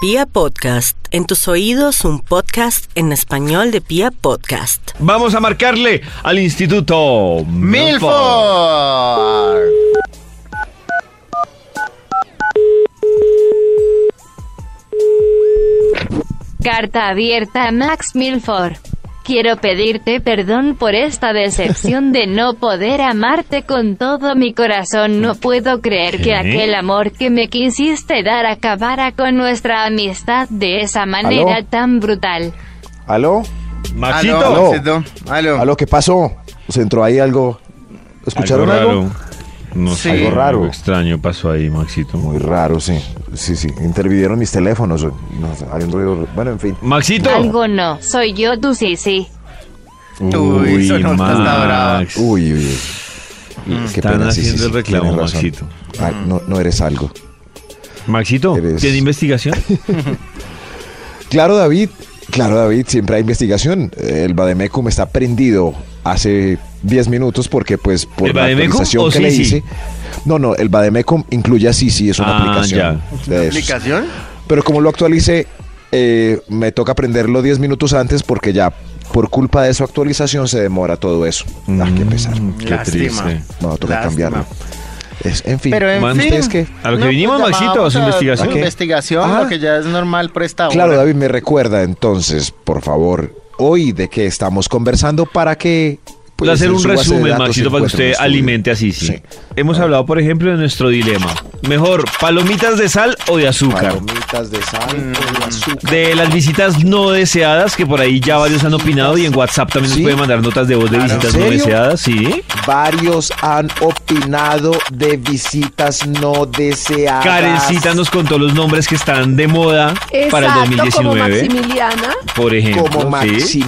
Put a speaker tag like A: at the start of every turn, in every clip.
A: Pia Podcast, en tus oídos un podcast en español de Pia Podcast.
B: Vamos a marcarle al Instituto Milford.
C: Milford.
D: Carta abierta a Max Milford. Quiero pedirte perdón por esta decepción de no poder amarte con todo mi corazón. No puedo creer
B: ¿Qué?
D: que aquel amor que me quisiste dar acabara con nuestra amistad de esa manera
E: ¿Aló?
D: tan brutal.
E: ¿Aló?
C: Ah,
B: Maxito.
E: Aló.
C: Maxito. Aló.
E: ¿Aló? ¿Qué pasó? ¿Se entró ahí algo? ¿Escucharon algo?
B: raro. No
C: Sí.
B: sé,
C: Algo
E: raro.
B: algo extraño pasó ahí, Maxito.
E: Muy raro, sí. Sí, sí. Intervinieron mis teléfonos. No sé, hay un ruido- Bueno, en fin.
B: Maxito.
D: Algo no, soy yo tu sí sí.
C: Uy, eso no está brava.
E: Uy, uy, uy. Qué
B: Mm. Están
E: pena, sí, sí,
B: haciendo
E: sí,
B: el reclamo,
E: tienes razón.
B: Maxito.
E: Ay, no, no eres algo.
B: Maxito,
E: Eres-
B: ¿tiene investigación?
E: Claro, David. Claro, David, siempre hay investigación. El Bademecum está prendido hace 10 minutos porque, pues, por
B: ¿El
E: la
B: Bademecum
E: actualización
B: o
E: que le
B: Sisi?
E: hice. No, no, el Bademecum incluye a Sisi, es una
B: Ah,
E: aplicación.
B: ya.
E: de esos.
C: ¿Aplicación?
E: Pero como lo actualicé, eh, me toca aprenderlo 10 minutos antes porque ya por culpa de su actualización se demora todo eso. Ah, qué pesar.
B: Mm, Qué
C: Lástima.
B: triste.
E: No, toca
C: Lástima.
E: cambiarlo. Es- en fin,
C: Pero en
B: Man,
C: fin.
E: ¿ustedes qué?
B: A lo que vinimos,
C: pues,
B: Maxito,
C: llamamos
B: a su investigación.
E: ¿A qué?
C: Investigación,
E: Ah.
C: lo que ya es normal por esta hora.
E: Claro, David, me recuerda entonces, por favor, hoy de qué estamos conversando para que... pues,
B: hacer
E: en
B: un
E: su base de
B: resumen,
E: datos
B: Maxito, para que
E: encuentre un
B: usted
E: estudio.
B: alimente así, sí.
E: Sí. Ah.
B: Hemos hablado, por ejemplo, de nuestro dilema. Mejor, palomitas de sal o de azúcar.
E: Palomitas de sal, de azúcar.
B: Mm. De las visitas no deseadas, que por ahí ya varios han opinado y en WhatsApp también
E: Sí.
B: nos pueden mandar notas de voz de
E: Claro.
B: visitas
E: ¿En
B: no
E: serio?
B: deseadas, sí.
E: Varios han opinado de visitas no deseadas.
B: Karencita nos contó los nombres que están de moda para el 2019,
F: como Maximiliana.
B: por ejemplo.
E: como
B: ¿sí?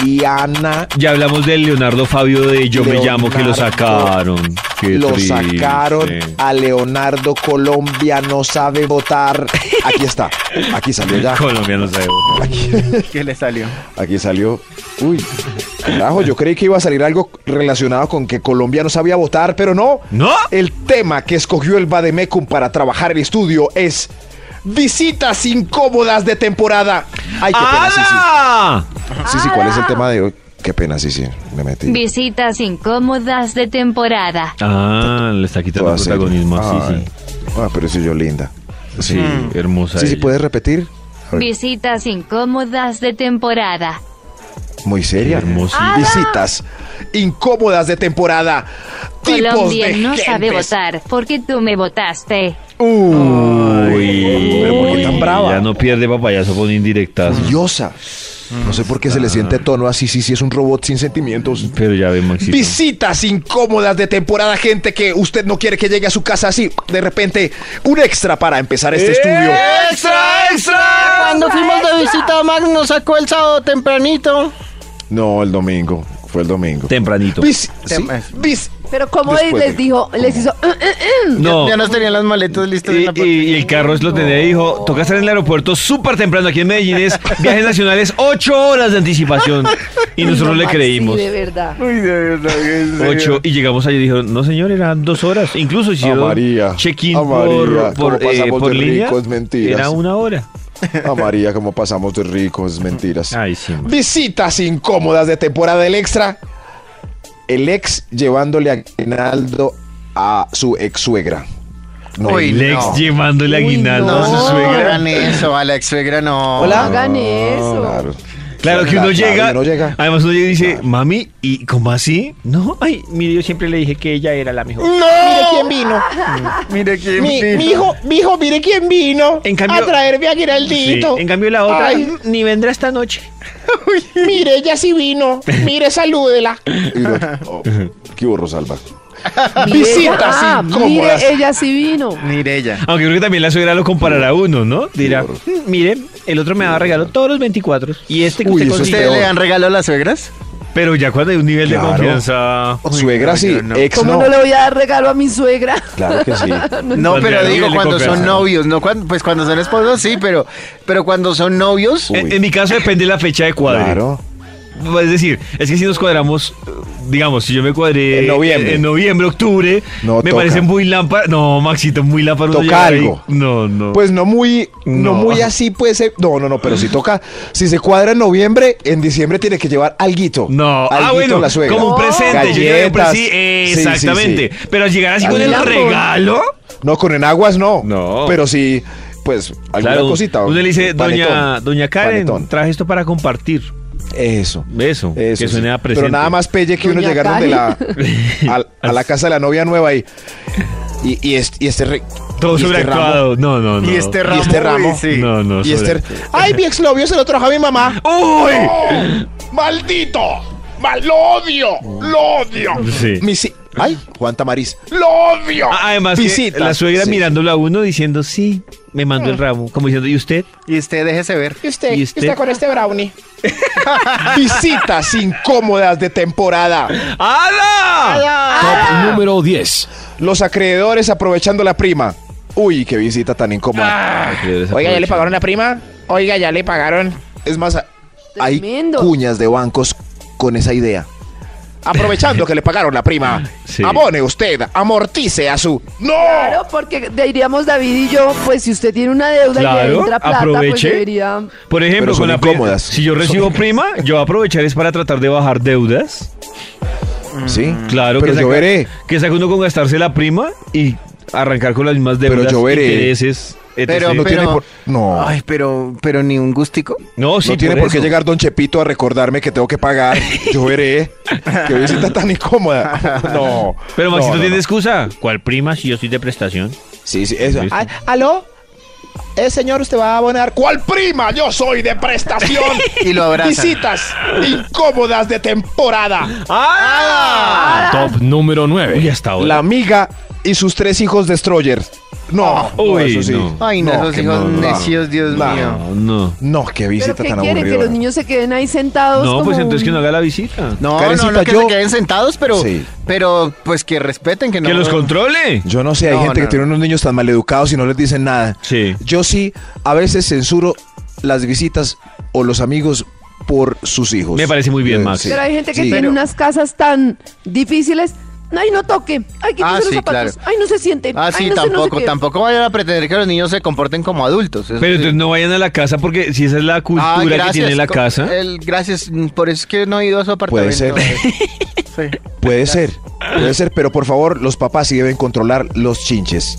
E: Maximiliana
B: Ya hablamos del Leonardo Fabio de Yo me llamo que lo
E: Leonardo.
B: sacaron. Qué
E: lo
B: triste.
E: sacaron a Leonardo Colombia no sabe votar aquí está aquí salió ya
B: Colombia no sabe.
C: ¿Qué le salió?
E: aquí salió uy carajo yo creí que iba a salir algo relacionado con que Colombia no sabía votar pero no
B: ¿No?
E: el tema que escogió el Bademecum para trabajar el estudio es visitas incómodas de temporada ay qué pena sí
B: ¡Ala!
E: sí sí cuál es el tema de hoy qué pena sí sí me metí
D: Visitas incómodas de temporada.
B: Ah, le está quitando
E: Toda seria.
B: protagonismo. Sí,
E: Ay. Ah, pero soy yo linda. Mm.
B: sí. Sí,
E: Hmm.
B: hermosa.
E: Sí, sí,
B: ella.
E: puedes repetir. A ver,
D: Visitas incómodas de temporada.
E: Muy
B: Qué
E: seria.
B: hermosa.
D: Ah,
E: Visitas incómodas de temporada. Tipos
D: Colombia
E: de
D: no sabe
E: gentes.
D: votar porque tú me votaste.
B: Uy,
E: Pero ¿por qué tan brava?
B: Ya no pierde papayazo con indirectas.
E: Curiosa. No sé por qué se le
B: Ah.
E: siente tono así, sí, sí, es un robot sin sentimientos.
B: Pero ya ve, Maxito.
E: Visitas incómodas de temporada, gente que usted no quiere que llegue a su casa así. De repente, un extra para empezar este estudio.
B: ¡Eh!
C: ¡Extra, extra! Cuando fuimos de visita a Max nos sacó el sábado tempranito.
E: No, el domingo. Fue el domingo.
B: Tempranito.
E: Vis-
C: Tem-
E: sí, vis-
F: Pero como
E: Después
F: les
E: de-
F: dijo, les hizo, "Eh, eh, eh".
B: No.
C: Ya, ya nos tenían las maletas listas en
B: Y,
C: la
B: y- y el carro es lo tenía, dijo, toca estar en el aeropuerto súper temprano aquí en Medellín, es viajes nacionales, ocho horas de anticipación. Y nosotros
F: No,
B: le
F: Maxi,
B: creímos.
F: de verdad.
C: Uy, de verdad, en serio.
B: Ocho, y llegamos allí y dijeron, no señor, eran dos horas. Incluso hicieron
E: María,
B: check-in
E: a
B: por,
E: María,
B: por,
E: ¿cómo
B: eh,
E: pasamos
B: por
E: de
B: línea.
E: ricos? Mentiras.
B: Era una hora.
E: A María, como pasamos de ricos, mentiras.
B: Ay, sí. man.
E: Visitas incómodas de temporada del extra. El ex llevándole aguinaldo a su ex suegra. No,
C: Uy,
B: El ex
C: no.
B: llevándole
F: Uy,
B: aguinaldo
C: No,
B: a su
F: no.
C: no
B: suegra.
C: hagan eso, a la ex suegra no.
F: No
E: Hola.
F: hagan
E: No,
F: eso.
E: claro.
B: Claro que uno
E: Claro,
B: llega,
E: uno llega.
B: Además uno llega y dice, mami, ¿y cómo así? No, ay, mire, yo siempre le dije que ella era la mejor.
G: Mire quién vino.
C: Mire quién
G: Mi,
C: vino.
G: mi hijo, mi hijo, mire quién vino.
B: En cambio-
G: a traerme a
B: Sí,
G: Giraldito.
B: En cambio la otra
G: Ay.
B: ni vendrá esta noche.
G: Mire, ella sí vino. Mire, salúdela.
E: Y lo- oh, qué burro salva.
F: Mire,
E: Visitas
F: ah,
E: incómodas.
F: Mire, ella sí vino.
C: Mirella.
B: Aunque creo que también la suegra lo comparará a uno, ¿no? Dirá,
E: horror.
B: "Mm, mire, el otro me daba regalo todos los 24 y este que
E: Uy,
B: usted
E: eso es
B: consiguió".
C: ¿Ustedes le dan regalo a las suegras?
B: Pero ya cuando hay un nivel
E: Claro.
B: de confianza...
E: Suegra
C: no,
E: sí,
C: yo no.
E: ex
F: ¿Cómo
E: no.
F: no. le voy a dar regalo a mi suegra?
E: Claro que sí.
C: No,
B: Cuando
C: pero
B: ya
C: digo,
B: no le
C: cuando
B: compras.
C: son novios, no cuando, pues cuando son esposos, sí, pero, pero cuando son novios,
B: Oh,
E: Uy.
B: En, en mi caso depende de la fecha de cuadre.
E: Claro.
B: Es decir, es que si nos cuadramos eh, digamos, si yo me cuadré
E: En noviembre.
B: en noviembre, octubre,
E: No
B: me
E: toca.
B: parece muy lámpara. No, Maxito, muy lámpara. uno
E: Toca
B: llegar ahí.
E: algo.
B: No, no.
E: Pues no muy, no.
B: No.
E: muy así puede ser. No, no, no, pero si toca, si se cuadra en noviembre, en diciembre tiene que llevar alguito.
B: No, ah,
E: Alguito
B: bueno,
E: la suegra.
B: como un presente. yo llevé un
E: Galletas.
B: presi- eh,
E: Sí, sí, sí.
B: exactamente. Pero llegar así con el
F: Algo.
B: regalo.
E: No, con enaguas no.
B: No.
E: Pero sí, pues, alguna
B: Claro,
E: cosita.
B: Uno le dice,
E: un panetón,
B: doña, doña Karen,
E: panetón".
B: traje esto para compartir.
E: Eso.
B: Eso,
E: Eso
B: que
E: sí.
B: suene a presente.
E: Pero nada más pelle que uno
F: Doña
E: llegar donde la, al- a, la casa de la novia nueva y, y, y este, y este re-
B: Todo
E: y este
B: sobreactuado. no, no, no.
H: Y este
E: ramo,
H: ramo.
E: y este ramo.
H: uy, sí.
B: No, no.
E: y este,
B: sobreactuado.
E: ay, mi exnovio se lo trajo a mi mamá.
B: ¡Uy!
E: ¡Oh!
G: ¡Maldito! Mal, ¡Lo odio! ¡Lo odio!
B: Sí.
E: Mi si- ay, Juan Tamariz.
G: ¡Lo odio!
B: Ah, Además, que
E: Visita.
B: la suegra
E: Sí. Ah.
B: mirándolo a uno diciendo, sí, me mandó el ramo. Como diciendo, ¿y usted?
H: Y usted déjese ver.
G: ¿Y usted?
B: ¿Y
G: ¿Y
B: usted?
G: usted? con este brownie?
E: Visitas incómodas de temporada.
B: ¡Ala! Ah.
I: Top número 10.
E: Los acreedores aprovechando la prima. Uy, qué visita tan incómoda.
G: Ah,
B: Ah.
G: Oiga, ¿ya le pagaron la prima? Oiga, ¿ya le pagaron?
E: Es más, hay
F: Tremendo.
E: cuñas de bancos con esa idea. Aprovechando que le pagaron la prima,
B: Sí.
E: abone usted, amortice a su... ¡No!
F: Claro, porque diríamos David y yo, pues si usted tiene una deuda y le
B: Claro,
F: entra plata, pues
B: aproveche.
F: debería...
B: Por ejemplo,
E: Pero son
B: con la prima,
E: incómodas.
B: si yo recibo prima, yo voy a aprovechar es para tratar de bajar deudas.
E: Sí,
B: Claro
E: Mm. Pero
B: que
E: yo
B: saca-
E: veré.
B: Que saca uno con gastarse la prima y arrancar con las mismas deudas,
E: yo veré.
B: intereses, etc.
H: Pero,
E: No
H: pero-
E: tiene por... No.
H: Ay, pero, pero ni un gustico.
B: no, sí,
E: no tiene por qué
B: eso.
E: llegar Don Chepito a recordarme que tengo que pagar. Yo veré. Qué visita tan incómoda. No.
B: Pero Maxito
E: No, no,
B: tiene
E: no.
B: excusa. ¿Cuál prima si yo soy de prestación?
E: Sí, sí, Ah, eso.
B: ¿Listo?
E: Ay,
G: ¿Aló? Eh, señor, usted va a abonar.
E: ¿Cuál prima? Yo soy de prestación.
H: Y lo abrazan.
E: Visitas incómodas de temporada.
I: Top número
B: Ah, Uy,
I: 9.
B: hasta ahora.
E: La amiga y sus tres hijos destroyers. No. no,
B: Ah, Uy,
E: eso sí.
B: no.
H: Ay, no,
E: No,
H: esos
E: que
H: hijos
E: no, no.
H: necios, Dios
E: No.
H: mío.
B: No, no.
E: No, qué
F: ¿Pero
E: visita
F: qué
E: tan
F: quieren? ¿Que
E: aburrida.
F: los niños se queden ahí sentados
B: No,
F: como
B: pues entonces que no
F: un-
B: haga la visita.
H: No,
E: Karencita,
H: no, no que
E: yo-
H: se queden sentados, pero,
E: Sí.
H: pero pues que respeten, que no.
B: Que los controle.
E: Yo no sé, hay
H: No,
E: gente
H: no,
E: que tiene unos niños tan maleducados y no les dicen nada.
B: Sí.
E: Yo sí, a veces censuro las visitas o los amigos por sus hijos.
B: Me parece muy bien,
E: Eh,
B: Max.
E: sí.
F: Pero hay gente que
E: Sí.
F: tiene
E: Pero-
F: unas casas tan difíciles. Ay, no toque. Ay, quítese
H: Ah,
F: los
H: sí,
F: zapatos.
H: claro.
F: Ay, no se siente.
H: Ah,
F: Ay,
H: sí,
F: no sé, no sé
H: tampoco,
F: qué".
H: tampoco vayan a pretender que los niños se comporten como adultos. eso
B: Pero
H: sí.
B: entonces no vayan a la casa porque si esa es la
H: Ah,
B: cultura que
H: gracias,
B: tiene la
H: co-
B: casa.
H: el- gracias, mm, por eso es que no he ido a su
E: Puede
H: apartamento.
E: ser.
H: Sí.
E: Puede ser, puede ser, pero por favor, los papás sí deben controlar los chinches.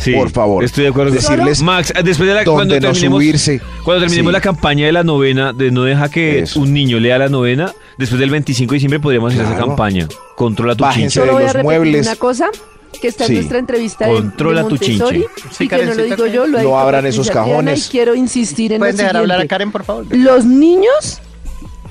B: Sí,
E: por favor.
B: Estoy de acuerdo.
E: Decirles
B: Max, eh, después de la
E: dónde
B: cuando
E: no
B: terminemos,
E: subirse.
B: cuando terminemos
E: Sí.
B: la campaña de la novena, de no deja que
E: Eso.
B: un niño lea la novena, después del 25 de diciembre podríamos hacer esa
E: Claro.
B: campaña. Controla tu
E: Bájense
B: chinche.
E: de
F: Solo voy a
E: los
F: repetir
E: muebles.
F: una cosa que está
E: Sí.
F: en nuestra entrevista de-
B: Controla
F: de
B: tu chinche.
F: Montessori,
H: Sí,
F: y que no lo
H: Karencita,
F: digo yo, lo ha
E: No
F: dicho
E: abran
F: Patricia
E: esos
F: Triana,
E: cajones.
F: Y quiero insistir en lo
H: ¿Pueden dejar hablar a
F: siguiente.
H: Karen, por favor?
F: Los niños,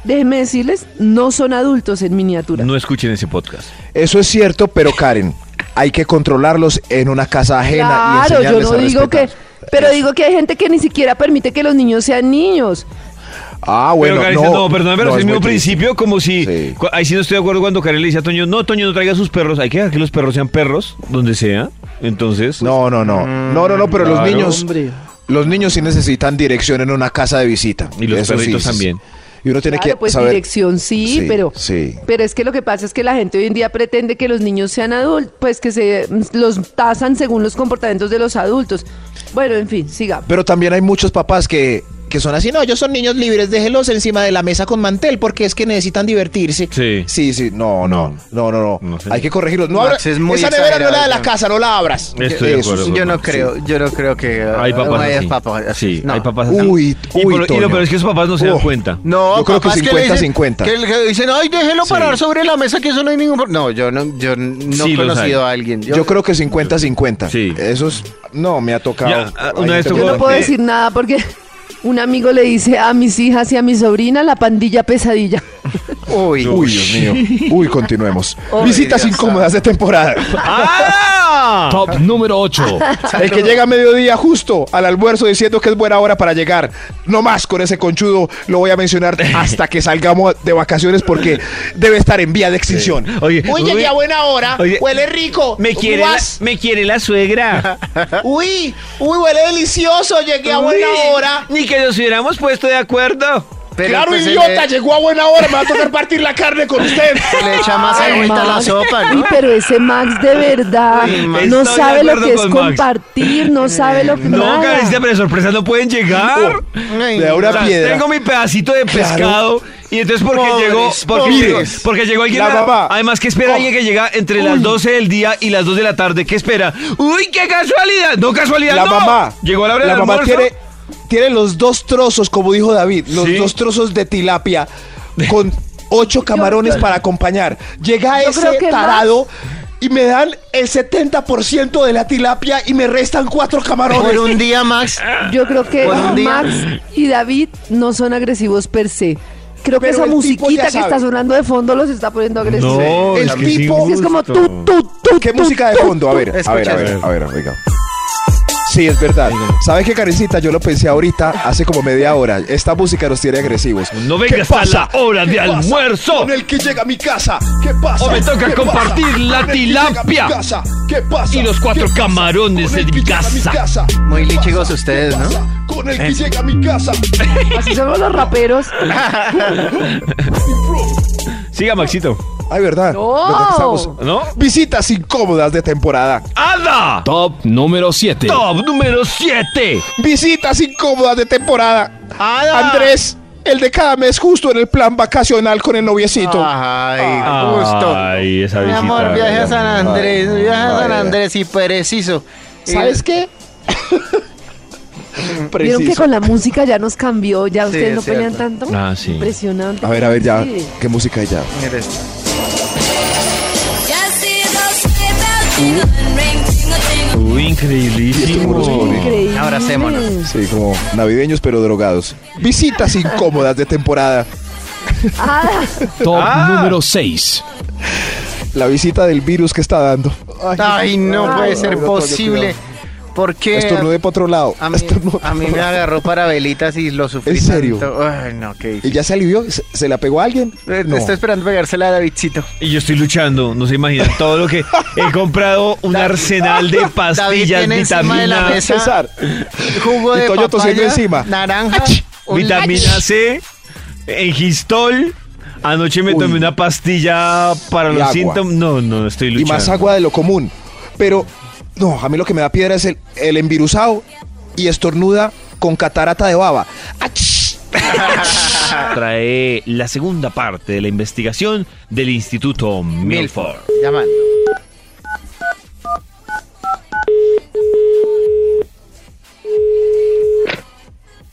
F: déjenme decirles, no son adultos en miniatura.
B: No escuchen ese podcast.
E: Eso es cierto, pero Karen, hay que controlarlos en una casa ajena y
F: claro, yo
E: enseñarles
F: no
E: a
F: digo que...
E: respetar.
F: Pero digo que hay gente que ni siquiera permite que los niños sean niños.
E: Ah, bueno,
B: pero Karen
E: no,
B: dice, no, perdóname, pero es el
E: muy
B: mismo
E: triste.
B: principio, como si.
E: Sí.
B: cu- Ahí sí no estoy de acuerdo cuando Karen le dice a Toño, no, Toño, no traiga sus perros. Hay que dejar que los perros sean perros, donde sea. Entonces.
E: No, no, no. No, no, no, pero los
B: Pues, mm, Claro.
E: niños los niños sí necesitan dirección en una casa de visita.
B: Y los
E: Eso sí,
B: perritos
E: sí, sí.
B: también.
E: Y uno tiene
F: Claro,
E: que
F: pues
E: saber
F: dirección sí,
E: Sí,
F: pero
E: sí.
F: pero es que lo que pasa es que la gente hoy en día pretende que los niños sean adultos, pues que se los tasan según los comportamientos de los adultos. Bueno, en fin, siga.
E: Pero también hay muchos papás que, que son así, no, yo
G: Ellos son niños libres, déjelos encima de la mesa con mantel porque es que necesitan divertirse.
B: Sí.
E: Sí, sí, no, no, no, no, no.
B: No sé.
E: Hay que corregirlos. No
H: Max,
E: abra-
H: es muy
E: esa nevera no es la de
H: exagerado,
E: la
H: ya.
E: casa, no la abras.
B: Estoy de
E: Eso
B: acuerdo.
E: sí.
H: Yo no creo, yo no creo que... uh,
B: Hay papás.
H: no hay
B: así.
H: papás así,
B: Sí,
H: no.
B: hay papás así.
E: Uy,
B: y,
E: uy,
B: por- y lo
E: Toño.
B: peor es que sus papás no se dan
E: Uf.
B: cuenta.
H: No,
E: Yo creo que
H: papás le dicen-
E: 50-50.
H: Que, le dicen, ay, déjelo
E: Sí.
H: parar sobre la mesa, que eso no hay ningún problema. No, yo no, yo no
B: Sí,
H: he
B: los
H: conocido
B: hay.
H: a alguien.
E: Yo creo que 50-50.
B: Sí.
E: Eso es. No, me ha tocado.
B: Ya, ah,
E: Hay
B: una vez
E: gente
B: tocó-
F: Yo
E: que-
F: no puedo decir nada porque un amigo le dice a mis hijas y a mi sobrina la pandilla pesadilla.
H: Uy,
E: Uy, Dios mío. Uy, continuemos. Visitas
H: Dios
E: incómodas de temporada.
B: ¡Ah!
I: Top número 8.
E: El que llega a mediodía justo al almuerzo diciendo que es buena hora para llegar. No más con ese conchudo lo voy a mencionar hasta que salgamos de vacaciones porque debe estar en vía de extinción.
B: Oye,
G: Uy, llegué a buena hora.
B: Oye.
G: huele rico.
B: me quiere, la,
G: Guas.
B: me quiere la suegra.
G: Uy, uy, huele delicioso. Llegué a buena
B: Uy,
G: hora.
B: Ni que nos hubiéramos puesto de acuerdo.
H: Pero
E: claro,
H: pues, se
E: idiota,
H: le-
E: llegó a buena hora, me va a tocar partir la carne con usted.
H: Se le echa más
F: Ay,
H: agüita a la
F: Max.
H: sopa,
F: Uy,
H: ¿no?
F: pero ese Max de verdad
H: Sí, Max.
F: no
B: Estoy de
F: sabe lo
B: acuerdo
F: que es
B: con Max.
F: compartir, no sabe lo que
B: No,
F: nada.
B: Karencita, pero de sorpresa no pueden llegar.
E: Le da Oh, una
B: O sea,
E: piedra.
B: Tengo mi pedacito de pescado y entonces porque
H: Pobres,
B: llegó porque,
H: pobres.
B: llegó porque llegó alguien
E: La Oh.
B: a-
E: mamá.
B: además que espera alguien que llega entre las 12 del día y las 2 de la tarde ¿qué espera? Uy qué casualidad no casualidad
E: La
B: no.
E: mamá.
B: llegó a la hora
E: La
B: del
E: mamá
B: almuerzo.
E: tiene, tiene los dos trozos, como dijo David, los
B: Sí.
E: dos trozos de tilapia con ocho camarones para acompañar. Llega
F: Yo creo
E: ese
F: que
E: tarado y me dan el 70% de la tilapia y me restan cuatro
H: Por
E: camarones.
H: un día, Max.
F: Yo creo que
H: Por un día.
F: Max y David no son agresivos per se. Creo que
E: Pero
F: esa
E: el tipo ya
F: musiquita que
E: sabe.
F: está sonando de fondo los está poniendo agresivos.
B: No,
E: El
B: es que
E: tipo-
B: sí,
F: Es que es como
B: justo.
F: tú, tú, tú.
E: ¿Qué
F: tú,
E: música de
F: tú,
E: fondo? A ver, a ver, a
H: Escucha.
E: ver, a ver, venga. Sí, es verdad. ¿Sabes qué, Karencita? Yo lo pensé ahorita, hace como media hora. Esta música nos tiene agresivos.
B: No vengas
E: ¿Qué
B: a la
E: pasa?
B: hora
E: ¿Qué
B: de
E: pasa
B: almuerzo?
E: Con el que llega a mi casa. ¿Qué pasa?
B: O me toca
E: ¿Qué
B: compartir
E: pasa?
B: la
E: Con el que llega a mi
B: tilapia.
E: casa. ¿Qué pasa?
B: Y los cuatro
E: ¿Qué pasa?
B: camarones
E: Con
B: de
E: el
B: mi
E: que llega a
B: casa.
H: Muy
E: ¿Qué
H: lichigos
E: pasa?
H: ustedes,
E: ¿Qué
H: ¿no?
E: pasa? Con el que llega a mi casa.
F: Así somos los raperos.
B: siga Maxito
E: Ay, verdad.
F: No.
E: ¿Verdad que estamos?
B: ¿no?
E: Visitas incómodas de temporada.
B: ¡Ada!
I: Top número 7.
B: Top número 7
E: Visitas incómodas de temporada.
H: ¡Ada!
E: Andrés, el de cada mes justo en el plan vacacional con el noviecito.
H: Ah, Ay,
E: Ah,
H: justo.
B: Ay esa
H: Mi
B: visita
H: amor, viaje a San Andrés, viaje a San Andrés y preciso.
G: ¿Sabes qué?
F: Vieron que con la música ya nos cambió, ya
H: Sí,
F: ustedes
H: es
F: no pelean
H: cierto.
F: tanto.
B: Ah, sí.
F: Impresionante.
E: A ver, a ver, ya.
F: Sí.
E: ¿Qué música hay ya?
B: Uy, increíblísimo
F: Increíble.
H: Abracémonos.
E: Sí, como navideños pero drogados. Visitas incómodas de temporada.
F: Ah,
I: Top número 6.
E: La visita del virus que está dando.
H: Ay, no puede ser
E: no, no,
H: posible. ¿Por qué?
E: Estornude para otro lado.
H: A mí,
E: Estornude
H: a mí me
E: pa' otro lado.
H: agarró para velitas y lo sufrí.
E: ¿En serio?
H: tanto. Ay, no, qué
E: ¿Y
H: difícil.
E: ya se alivió? ¿Se, se la pegó a alguien?
H: Eh,
E: No.
H: Está esperando pegársela a Davidcito.
B: Y yo estoy luchando, no se imaginan todo lo que he comprado un arsenal de pastillas,
H: tiene encima de la
B: vitamina,
H: mesa
E: César.
H: Jugo
E: Y
H: de
E: Toño tosiendo
H: papaya,
E: encima.
H: naranja, un-
B: vitamina C, engistol. Anoche me
E: Uy.
B: tomé una pastilla para
E: Y
B: los
E: agua.
B: síntomas. No, no, estoy
E: Y
B: luchando.
E: más agua de lo común. Pero, no, a mí lo que me da piedra es el, el envirusado y estornuda con catarata de baba. ¡Ach!
B: Trae la segunda parte de la investigación del Instituto Milford.
H: Llamando.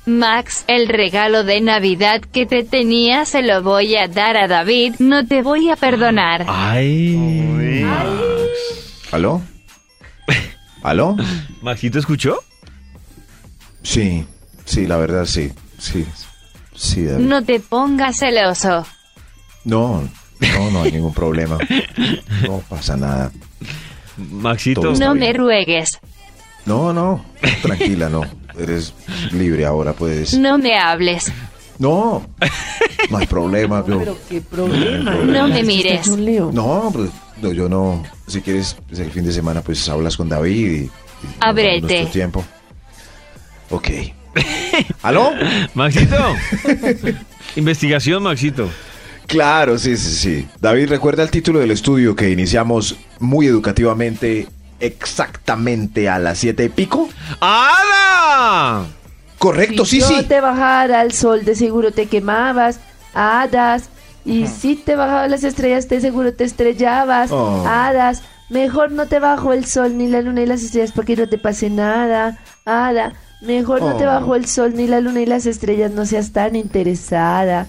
D: Max, el regalo de Navidad que te tenía se lo voy a dar a David, no te voy a
E: Ah,
D: perdonar.
B: Ay.
E: ¿Aló? ¿Aló?
B: Maxito, ¿escuchó?
E: Sí, sí, la verdad sí. Sí, sí, David.
D: No te pongas celoso.
E: No, no, no hay ningún problema. No pasa nada.
B: Maxito.
E: Todo- Está
D: No
E: bien.
D: me ruegues.
E: No, no, tranquila, no. Eres libre ahora, puedes.
D: No me hables.
E: No, no hay problema. yo-
F: pero qué problema.
D: No me
F: Este
D: mires.
F: es un lío.
E: no, pues, no, yo no. Si quieres, pues, el fin de semana, pues hablas con David y. y nos damos
D: Ábrete.
E: nuestro tiempo. Ok. ¿Aló?
B: Maxito. investigación, Maxito.
E: Claro, sí, sí, sí. David, recuerda el título del estudio que iniciamos muy educativamente, exactamente a las siete y pico.
B: ¡Ada!
E: Correcto, sí,
F: Si
E: sí.
F: yo te bajara al sol, de seguro te quemabas, hadas. Y si te bajaba las estrellas, de seguro te estrellabas,
E: Oh.
F: hadas. Mejor no te bajo el sol, ni la luna y las estrellas, porque no te pase nada, hada. Mejor no te
E: Oh.
F: bajo el sol, ni la luna y las estrellas, no seas tan interesada,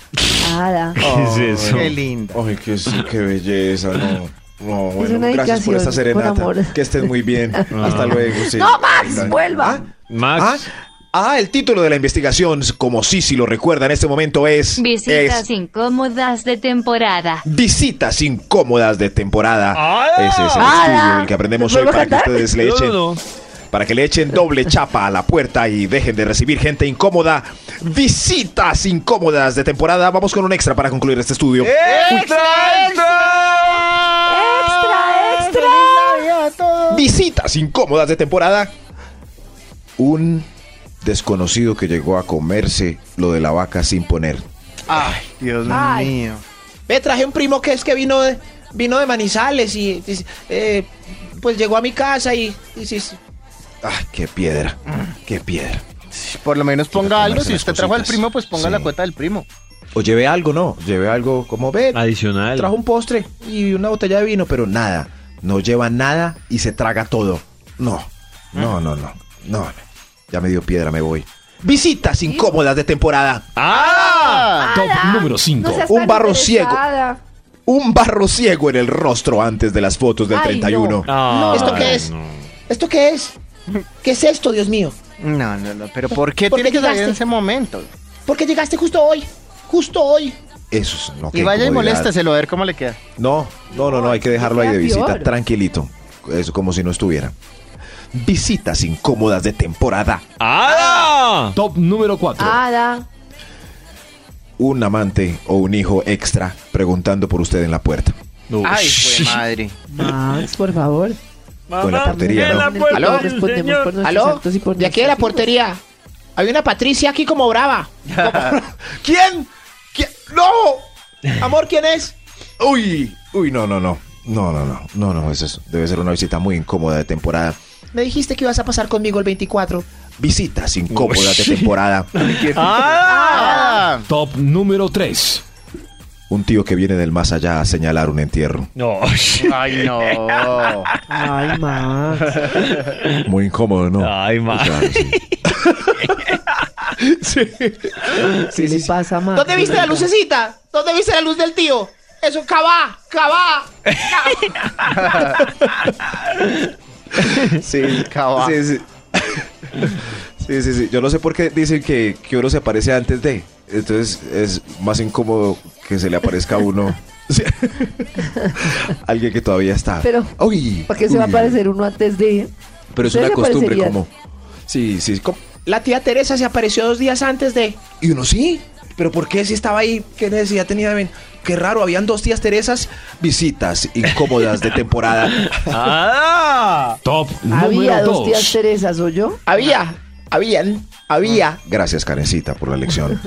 F: hada.
B: ¿Qué es eso?
H: Qué lindo.
E: Ay, Oh, qué, qué belleza, no. No, bueno, gracias por
F: una dedicación,
E: esta serenata.
F: por amor.
E: Que estés muy bien. Hasta luego. sí.
F: ¡No, Max!
E: Gracias.
F: ¡Vuelva!
E: ¿Ah?
B: Max.
E: ¿Ah? Ah, el título de la investigación, como sí, si lo recuerda en este momento, es...
D: Visitas
E: es
D: incómodas de temporada.
E: Visitas incómodas de temporada.
B: Ah.
E: Ese es el
F: Ah.
E: estudio del que aprendemos hoy
F: ¿Vuelvo a
E: para que
F: cantar?
E: ustedes le
B: No,
E: echen...
B: no, no.
E: Para que le echen doble chapa a la puerta y dejen de recibir gente incómoda. Visitas incómodas de temporada. Vamos con un extra para concluir este estudio.
B: ¡Eh! ¡Extra,
E: Ah.
F: ¡Extra, extra!
E: Visitas incómodas de temporada. Un desconocido que llegó a comerse lo de la vaca sin poner.
H: Ay, Dios
F: Ay.
H: mío.
G: Ve, traje un primo que es que vino de, vino de Manizales y, y, eh, pues llegó a mi casa y, y sí, sí.
E: Ay, Ah, qué piedra. Qué piedra.
H: Por lo menos ponga
E: Quiero
H: algo.
E: comerse
H: Si
E: las
H: usted trajo al
E: cositas.
H: primo, pues ponga
E: Sí.
H: la cuota del primo.
E: O llevé algo, ¿no? Llevé algo como ve.
B: Adicional.
E: Trajo un postre y una botella de vino, pero nada. No lleva nada y se traga todo. No, no, no, no. No, ya me dio piedra, me voy. Visitas incómodas de temporada.
B: ¡Ah!
I: Top número 5.
F: No seas
E: Un
F: tan
E: barro
F: interesada.
E: Un barro ciego en el rostro antes de las fotos del
F: Ay,
E: 31.
B: Ah,
G: ¿Esto qué
B: ay,
G: es?
B: no.
G: ¿Esto qué es? ¿Qué es esto, Dios mío?
H: No, no, no. Pero ¿por qué
G: ¿Por
H: tiene
G: qué
H: que salir en
G: llegaste?
H: ese momento?
G: ¿Por qué llegaste justo hoy? Justo hoy.
E: Eso es no. qué
H: y vaya y
E: incomodidad.
H: molésteselo a ver cómo le queda.
E: No, no, no, no, hay que dejarlo ahí de visita, tranquilito. Es como si no estuviera. Visitas incómodas de temporada.
B: ¡Ah!
I: Top número 4.
F: Ada.
E: Un amante o un hijo extra preguntando por usted en la puerta.
H: Ay, fue madre.
F: Max, por favor.
E: o en la portería, ¿no?
F: ¿Aló? Respondemos por nuestros
G: ¿Aló?
F: actos y por
G: De aquí de la
F: nuestros
G: portería. Hay una Patricia aquí como brava.
E: ¿Quién? ¿Quién? ¡No!
G: Amor, ¿quién es?
E: Uy, uy, no, no, no. No, no, no, no, no, eso es- debe ser una visita muy incómoda de temporada.
G: Me dijiste que ibas a pasar conmigo el 24.
E: Visitas incómodas de temporada.
H: ¡Ah!
I: Top número 3.
E: Un tío que viene del más allá a señalar un entierro.
B: No.
H: Ay, no.
F: actos. Ay, Max.
E: Muy incómodo, ¿no?
B: Ay, ma.
E: Claro, sí.
F: ¿Qué le pasa, Max?
G: ¿Dónde viste la lucecita? ¿Dónde viste la luz del tío? Eso, cabá, cabá.
H: Sí, caballo.
E: Sí, sí. Sí, sí, sí. Yo no sé por qué dicen que, que uno se aparece antes de. Entonces es más incómodo que se le aparezca a uno. Sí. Alguien que todavía está.
F: Pero,
E: Uy,
F: ¿Para qué se va a
E: uy.
F: aparecer uno antes de...?
E: Pero es
F: ¿Ustedes
E: una
F: se
E: costumbre
F: parecerían?
E: como. Sí, sí. como-
G: La tía Teresa se apareció dos días antes de...
E: Y uno sí. Pero ¿por qué si estaba ahí? ¿Qué necesidad tenía? de ven- Qué raro, habían dos tías Teresas. Visitas incómodas de temporada.
B: ¡Ah!
I: Top
F: Había
I: número
F: dos tías
I: 2.
F: Teresas, ¿o yo?
G: Había, habían, había.
E: Mm, Gracias, Karencita, por la lección.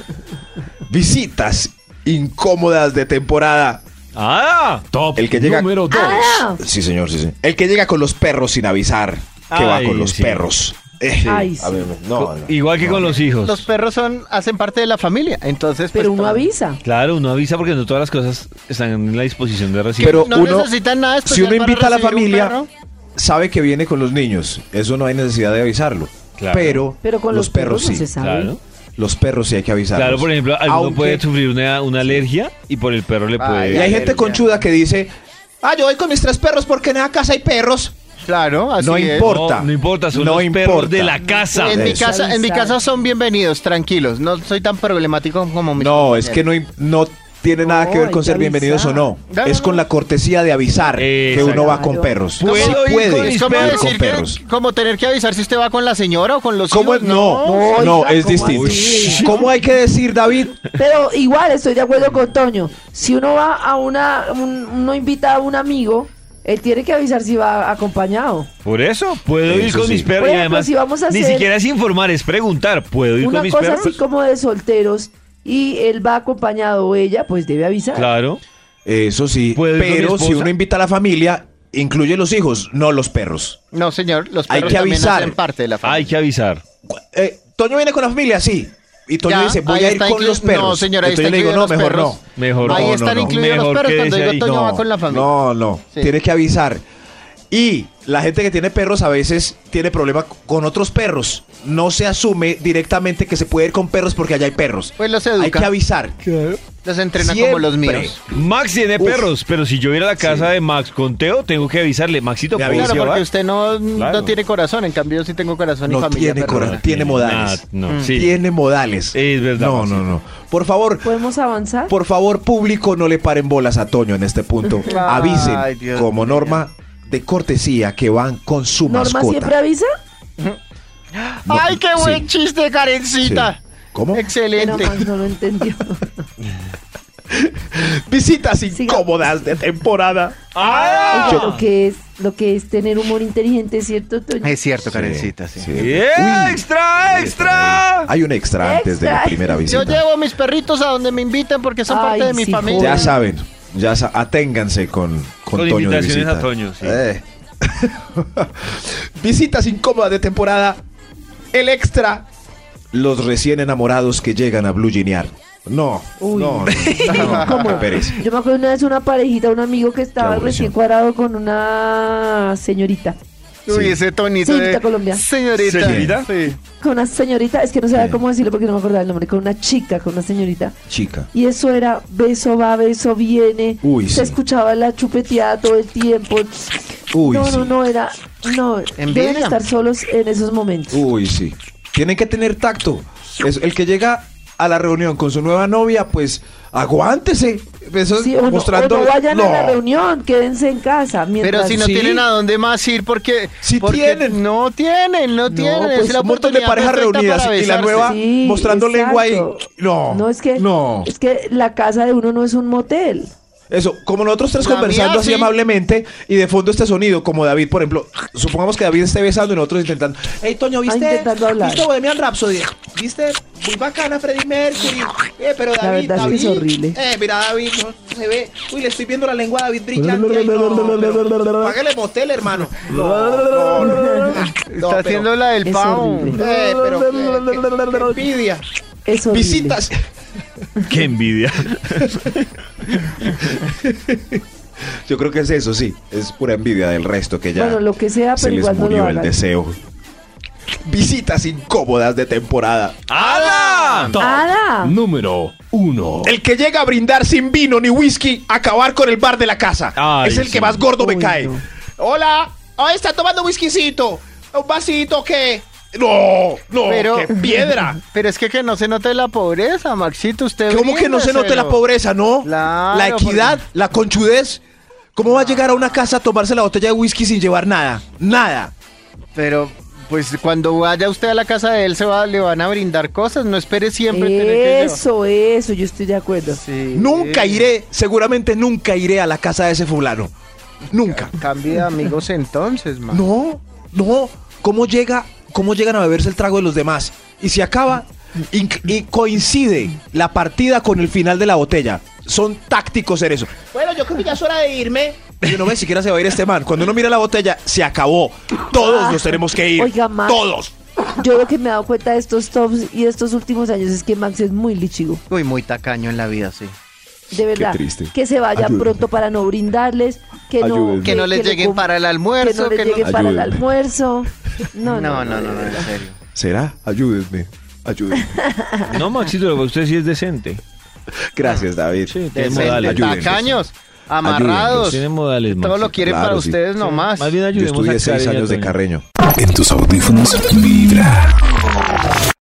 E: Visitas incómodas de temporada.
B: ¡Ah!
I: Top
E: El que llega-
I: número 2.
F: ¡Ada!
E: Sí, señor, sí, sí. El que llega con los perros sin avisar que va
B: Ay,
E: con los
B: sí.
E: perros. Eh,
F: Ay,
E: a
F: sí.
E: ver, no, no.
B: Igual que con los hijos.
H: Los perros son, hacen parte de la familia. Entonces, pues,
F: Pero uno
H: para-
F: avisa.
B: Claro, uno avisa porque no todas las cosas están en la disposición de recibir.
E: Pero
H: No
E: uno,
H: necesitan
B: pues,
H: nada pues
E: si
H: especial
E: uno
H: para
E: invita a la
H: recibir un
E: familia,
H: perro.
E: sabe que viene con los niños. Eso no hay necesidad de avisarlo.
B: Claro.
E: Pero,
F: Pero con
E: los, perros,
F: no
E: sí.
F: se sabe.
B: Claro.
E: Los perros sí hay que avisarlos.
B: Claro, por ejemplo, alguno
E: Aunque-
B: puede sufrir una, una alergia y por el perro le
H: Ay,
E: Y
B: puede.
E: hay
H: ay,
E: gente
H: ay,
E: conchuda que dice,
G: Ah, yo voy con mis tres perros porque en la casa hay perros.
H: Claro, así
E: no
H: es.
E: importa.
B: No, no importa, son
E: No
B: los
E: importa.
B: perros de la casa.
H: En mi,
E: Eso.
H: casa, en mi casa son bienvenidos, tranquilos. No soy tan problemático como mis
E: No, es que
H: compañeros.
E: no, im- no tiene nada
F: No,
E: que ver
F: hay
E: con
F: que
E: ser bienvenidos o
F: avisar.
E: no.
H: No, no,
E: es
H: no.
E: con la cortesía de avisar que uno va con
F: Claro.
E: perros.
B: ¿Puedo
E: Sí
B: ir
E: puede
B: con mis
H: Es como
E: ir
H: decir
E: con perros.
H: que, como tener que avisar si usted va con la señora o con los
E: ¿Cómo es?
H: hijos.
E: No,
F: No,
E: no,
F: oiga,
E: es
F: ¿cómo
E: distinto.
F: así?
E: ¿Cómo hay que decir, David?
F: Pero igual estoy de acuerdo con Toño. Si uno va a una, un- uno invita a un amigo, él tiene que avisar si va acompañado.
B: Por eso, puedo ir
E: Eso
B: con
E: sí.
B: mis perros
F: Por
B: y
F: ejemplo,
B: además
F: si vamos a
B: ni
F: hacer-
B: siquiera es informar, es preguntar, ¿puedo ir
F: Una
B: con mis
F: cosa
B: perros?
F: así como de solteros y él va acompañado o ella, pues debe avisar.
B: Claro.
E: Eso sí,
B: ¿Puedo ir con mi
E: pero si
B: esposa?
E: uno invita a la familia, incluye los hijos, no los perros.
H: No, señor, los
E: Hay
H: perros
E: que
H: también
E: avisar.
H: hacen parte de la familia.
B: Hay que avisar.
E: Eh, Toño viene con la familia, sí. Y Toño
H: Ya,
E: dice, voy
H: ahí
E: a ir
H: está
E: con
H: inclu-
E: los perros.
H: No, señora, ahí
E: Entonces
H: está
E: le digo,
H: incluido
E: no,
H: los
E: mejor
H: perros.
E: no.
B: Mejor
H: Ahí
B: no,
H: están
B: no, no.
H: incluidos los
B: Mejor
H: perros cuando
B: quédese
H: digo
B: ahí.
H: Toño va con la familia.
E: No, no.
H: Sí.
E: Tienes que avisar. Y la gente que tiene perros a veces tiene problemas con otros perros. No se asume directamente que se puede ir con perros porque allá hay perros.
H: Pues los
E: Hay que
H: educa,
E: avisar.
H: los entrena como
E: Siempre.
H: los míos.
B: Max tiene
E: Uf.
B: perros, pero si yo ir a la casa de Max con Teo, tengo que avisarle, Maxito,
E: Me
B: ¿puedo
E: avisa.
H: Claro,
B: llevar?
H: porque usted no,
B: Claro.
H: no tiene corazón, en cambio yo sí tengo corazón y
E: No
H: familia. Mm.
E: tiene
H: perrona.
E: corazón, tiene modales.
B: Nada, no, sí.
E: Tiene modales.
B: Es verdad,
E: No, no,
B: Maxito.
E: no. Por favor,
F: ¿Podemos avanzar?
E: por favor, público, no le paren bolas a Toño en este punto. Avisen
H: Ay, Dios
E: como
H: mío.
E: norma de cortesía que van con su
F: ¿Norma
E: mascota.
F: siempre avisa?
E: No,
H: ¡Ay, qué
E: sí,
H: buen chiste,
E: sí.
H: Karencita!
E: ¿Cómo?
F: Pero
H: Excelente.
F: Max no lo entendió.
G: Visitas
F: Siga.
G: incómodas de temporada.
B: ¡Ah!
F: Lo que es, lo que es tener humor inteligente, ¿cierto, Toño?
H: Es cierto, Karencita, sí.
E: Sí.
B: ¡Extra, extra!
E: Hay un extra antes de la
F: Extra.
E: primera
C: Yo
E: visita.
C: llevo mis perritos a donde me inviten porque son
F: Ay,
C: parte de mi
F: sí,
C: familia.
E: Ya saben, ya sa- aténganse con, con,
B: Con
E: Toño de
B: invitaciones
E: visita.
B: a Toño, sí.
E: Eh,
G: Visitas incómodas de temporada. El extra.
E: los recién enamorados que llegan a Blue Ginear. No, no, no, no, qué pereza.
F: Yo me acuerdo una vez una parejita, un amigo que estaba
E: aburrición.
F: recién cuadrado con una señorita.
H: Uy,
E: Sí.
H: ese tonito
F: Señorita
H: de...
F: Colombia.
H: Señorita.
E: Señorita.
H: Sí.
F: Con una señorita, es que no sabía
E: Sí.
F: cómo decirlo porque no me acordaba el nombre, con una chica, con una señorita.
E: Chica.
F: Y eso era beso va, beso viene.
E: Uy,
F: Se
E: sí.
F: escuchaba la chupeteada todo el tiempo.
E: Uy,
F: no, no,
E: sí.
F: no, era. No,
H: Envidia.
F: deben estar solos en esos momentos.
E: Uy, sí. Tienen que tener tacto. Es el que llega a la reunión con su nueva novia, pues aguántese. Eso
F: Sí, o, no,
E: mostrando.
F: o no vayan
E: No.
F: a la reunión, quédense en casa.
C: Pero
F: Mientras...
C: si no
E: Sí.
C: tienen a dónde más ir porque...
E: Sí
C: porque
E: tienen.
C: No tienen, no tienen.
E: pues,
C: es la
E: un montón de
C: oportunidad
E: parejas
C: perfecta
E: reunidas
C: para
E: y la
C: besarse.
E: nueva- mostrando lengua ahí. No,
F: No, es que,
E: no.
F: es que la casa de uno no es un motel.
E: Eso, como nosotros tres
C: La
E: conversando
C: mía,
E: así
C: sí.
E: amablemente y de fondo este sonido, como David, por ejemplo, supongamos que David esté besando y nosotros intentando.
G: Ey, Toño,
F: Ah,
G: ¿viste?
F: intentando hablar.
G: ¿Viste Bohemian Rhapsody? ¿Viste? Muy bacana Freddie Mercury. Eh, pero
F: La
G: David,
F: verdad
G: David.
F: es que es horrible.
G: Eh, mira, David, no se ve. Uy, le estoy viendo la lengua a David brillante. Ay, no, pero págale motel, hermano. No, no, no.
C: Está
G: pero-
C: haciendo la del
F: es
C: pavo.
F: horrible.
G: Eh, pero. eh, qué- qué envidia.
F: Es horrible.
G: Visitas.
B: ¡Qué envidia!
E: Yo creo que es eso, sí. Es pura envidia del resto que ya
F: Bueno, lo que sea,
E: se
F: pero
E: les
F: igual no lo
E: murió el
F: hagan.
E: deseo. Visitas incómodas de temporada.
B: ¡Ala!
I: Top
F: Ada.
I: número uno.
G: El que llega a brindar sin vino ni whisky, acabar con el bar de la casa.
B: Ay,
G: es el
B: sí.
G: que más gordo me
F: Uy,
G: cae.
F: no.
G: Hola,
E: Ah,
G: ahí está tomando whiskycito. Un vasito que. No, no,
C: Pero-
E: Oh,
G: qué piedra.
C: Pero es que que no se note la pobreza, Maxito. Usted
E: ¿Cómo que no se note la
C: bríndeselo.
E: pobreza, no?
C: Claro,
E: la equidad, la conchudez. ¿Cómo va a llegar a una casa a tomarse la botella de whisky sin llevar nada? Nada.
C: Pero pues cuando vaya usted a la casa de él se va, le van a brindar cosas, no espere siempre tener que llevar-
F: Eso, eso, yo estoy de acuerdo.
C: Sí.
E: Nunca iré, seguramente nunca iré a la casa de ese fulano. Nunca.
C: Cambie de amigos entonces, man.
E: No, no. ¿Cómo llega, cómo llegan a beberse el trago de los demás? Y se acaba inc- y coincide la partida con el final de la botella. Son tácticos en eso.
G: Bueno, yo creo que ya es hora de irme.
E: Yo no me siquiera se va a ir este man. Cuando uno mira la botella, se acabó. Todos nos tenemos que ir.
F: Oiga, Max.
E: Todos.
F: Yo lo que me he dado cuenta de estos tops y de estos últimos años es que Max es muy lichigo.
C: Uy, muy tacaño en la vida, sí.
F: De verdad.
E: triste.
F: Que se vayan
E: Ayúdenme.
F: pronto para no brindarles. Que no,
E: Ayúdenme.
C: Que no les
F: le
C: lleguen
F: com-
C: para el
F: Que
C: almuerzo,
F: no les lleguen para el
E: Ayúdenme.
F: almuerzo. No,
C: No, no, no, no, en serio.
E: ¿Será? Ayúdenme. Ayúdenme.
B: No, Maxito, lo que usted sí es decente.
E: Gracias, David.
B: Sí, tiene modales.
C: Decente,
E: Ayúdenlos.
C: tacaños, amarrados.
B: Tiene modales,
C: Todo
B: Maxito.
C: lo quieren
E: claro,
C: para
E: sí.
C: ustedes nomás.
B: Más bien
E: Yo
B: ayudemos a
E: estudié
B: sacar
E: seis
B: ella,
E: años de
B: Toño.
E: carreño.
I: En tus audífonos vibra.